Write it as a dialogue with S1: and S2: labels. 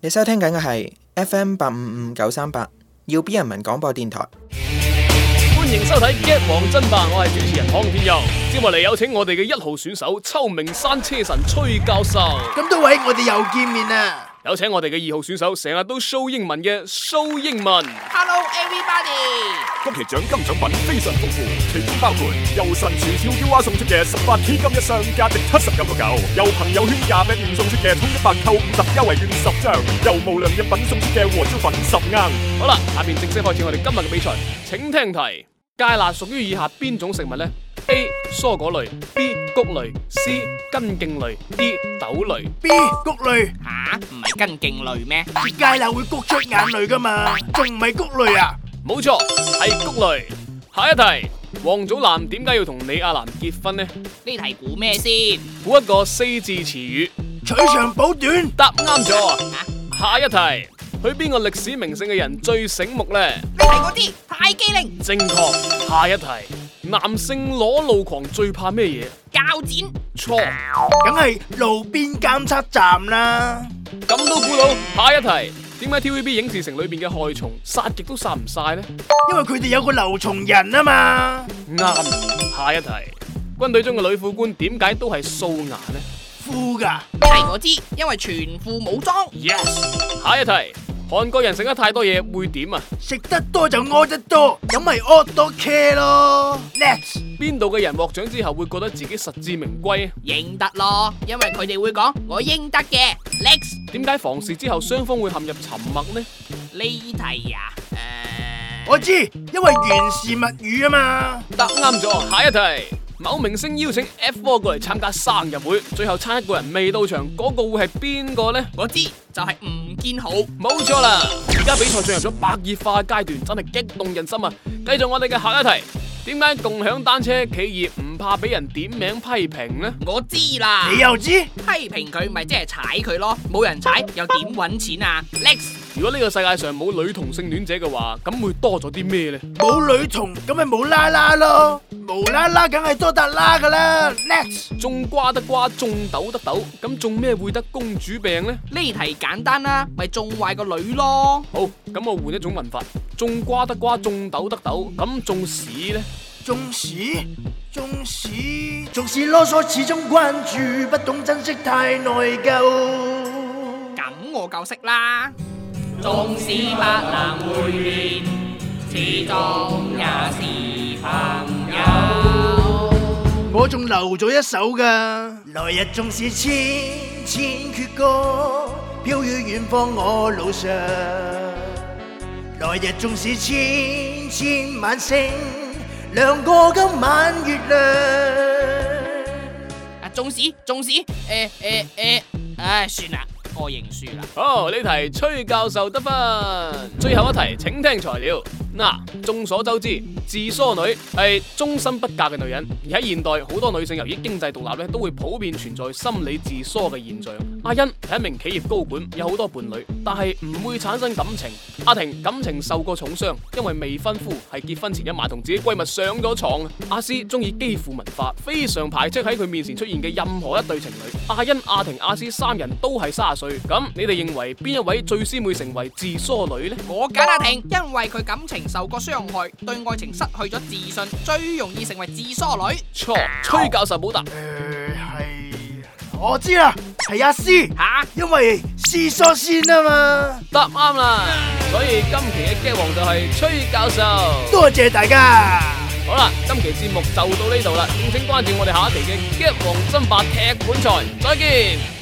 S1: 你收聽緊嘅係 FM 八五五九三八，耀 B 人民廣播電台。
S2: 欢迎收睇《Get 王爭霸》，我係主持人康天佑。接落嚟有請我哋嘅一號選手秋名山車神崔教授，
S3: 咁多位，我哋又見面啦。
S2: 有請我哋嘅二號選手，成日都 show 英文嘅蘇英文。
S4: Hello everybody，
S5: 今期獎金獎品非常豐富，其中包括由神廚超 U R 送出嘅十八 K 金一箱，價值七十九個九；由朋友圈廿美元送出嘅充一百扣五十優惠券十張；由無良日品送出嘅和椒粉十盎。
S2: 好啦，下面正式開始我哋今日嘅比賽。請聽題：芥辣屬於以下邊種食物呢 a 蔬果類，B 谷類，C 根莖類，D 豆類。
S3: B 谷類，
S4: 吓啊唔係根莖類咩？
S3: 食芥辣會谷出眼淚噶嘛，仲唔係谷類啊？
S2: 冇錯，係谷類。下一題：王祖藍點解要同李亞男結婚呢？
S4: 呢題估咩先？
S2: 估一個四字詞語。
S3: 取長補短，
S2: 答啱咗。啊下一題，去邊個歷史名勝嘅人最醒目呢？
S4: 呢題我知，太機靈，
S2: 正確。下一題，男性裸露狂最怕咩嘢？
S4: 铰剪，
S2: 錯，
S3: 梗係路邊監測站啦。
S2: 咁都估到。下一題，點解 TVB 影視城裏邊嘅害蟲殺極都殺唔晒呢？
S3: 因為佢哋有個劉松仁啊嘛，
S2: 啱。下一題，軍隊中嘅女副官點解都係素顏呢
S3: 富噶。
S4: 呢題我知，因為全副武裝。
S2: ？Yes。下一題，韓國人食得太多嘢會點啊？
S3: 食得多就屙得多，咁咪屙多茄咯。Next，
S2: 邊度嘅人獲獎之後會覺得自己實至名歸啊？
S4: 認得咯，因為佢哋會講我應得嘅。Next
S2: 點解房事之後雙方會陷入沉默呢？
S4: 呢題啊，诶、
S3: 我知，因為源氏物語啊嘛。
S2: 答啱咗，下一題。某明星邀請 F4 過嚟參加生日會，最後差一個人未到場，嗰、個會係邊個呢？
S4: 我知就係吳建豪。
S2: 冇錯啦！而家比賽進入咗白熱化階段，真係激動人心啊！繼續我哋嘅下一題，點解共享單車企業唔怕俾人點名批評呢？
S4: 我知啦，
S3: 你又知？
S4: 批評佢咪即係踩佢咯，冇人踩又點揾錢啊？Next
S2: 如果呢個世界上冇女同性戀者嘅話，咁會多咗啲咩呢？
S3: 冇女童，咁咪冇啦啦咯。無啦啦，梗係多達啦噶啦。Next。
S2: 種瓜得瓜，種豆得豆，咁種咩會得公主病呢？
S4: 呢題簡單啦，咪仲壞個女咯。
S2: 好，咁我換一種問法，種瓜得瓜，種豆得豆，咁種屎呢？
S3: 纵使纵使纵使啰嗦，始終關注，不懂珍惜太內疚。
S4: 咁我夠識啦。縱使百難會面，始終也是朋友。
S3: 我仲留咗一首噶，來日縱使千千闕歌，飄於遠方我路上。來日縱使千千晚星，亮過今晚月亮。
S4: 啊，縱使縱使，誒誒誒，唉，算啦，我認輸啦。
S2: 好，呢題崔教授得分。最後一題，請聽材料。嗱，眾所周知，自梳女係終身不嫁嘅女人，而喺現代好多女性由於經濟獨立咧，都會普遍存在心理自梳嘅現象。阿欣係一名企業高管，有好多伴侶，但係唔會產生感情。阿婷感情受過重傷，因為未婚夫係結婚前一晚同自己閨蜜上咗床啊。阿詩中意基輔文化，非常排斥喺佢面前出現嘅任何一對情侶。阿欣、阿婷、阿詩三人都係卅歲，咁你哋認為邊一位最先會成為自梳女呢？
S4: 我揀阿婷，因為佢感情受過傷害，對愛情失去咗自信，最容易成為自梳女。
S2: 錯，崔教授冇答。
S3: 誒係，呃我知啦，係阿詩，
S4: 吓、
S3: 因為詩疏先啊嘛。
S2: 答啱啦，所以今期嘅 g 王就係崔教授。
S3: 多謝大家。
S2: 好啦，今期節目就到呢度啦，敬請關注我哋下一期嘅 g 王爭霸踢館賽，再見。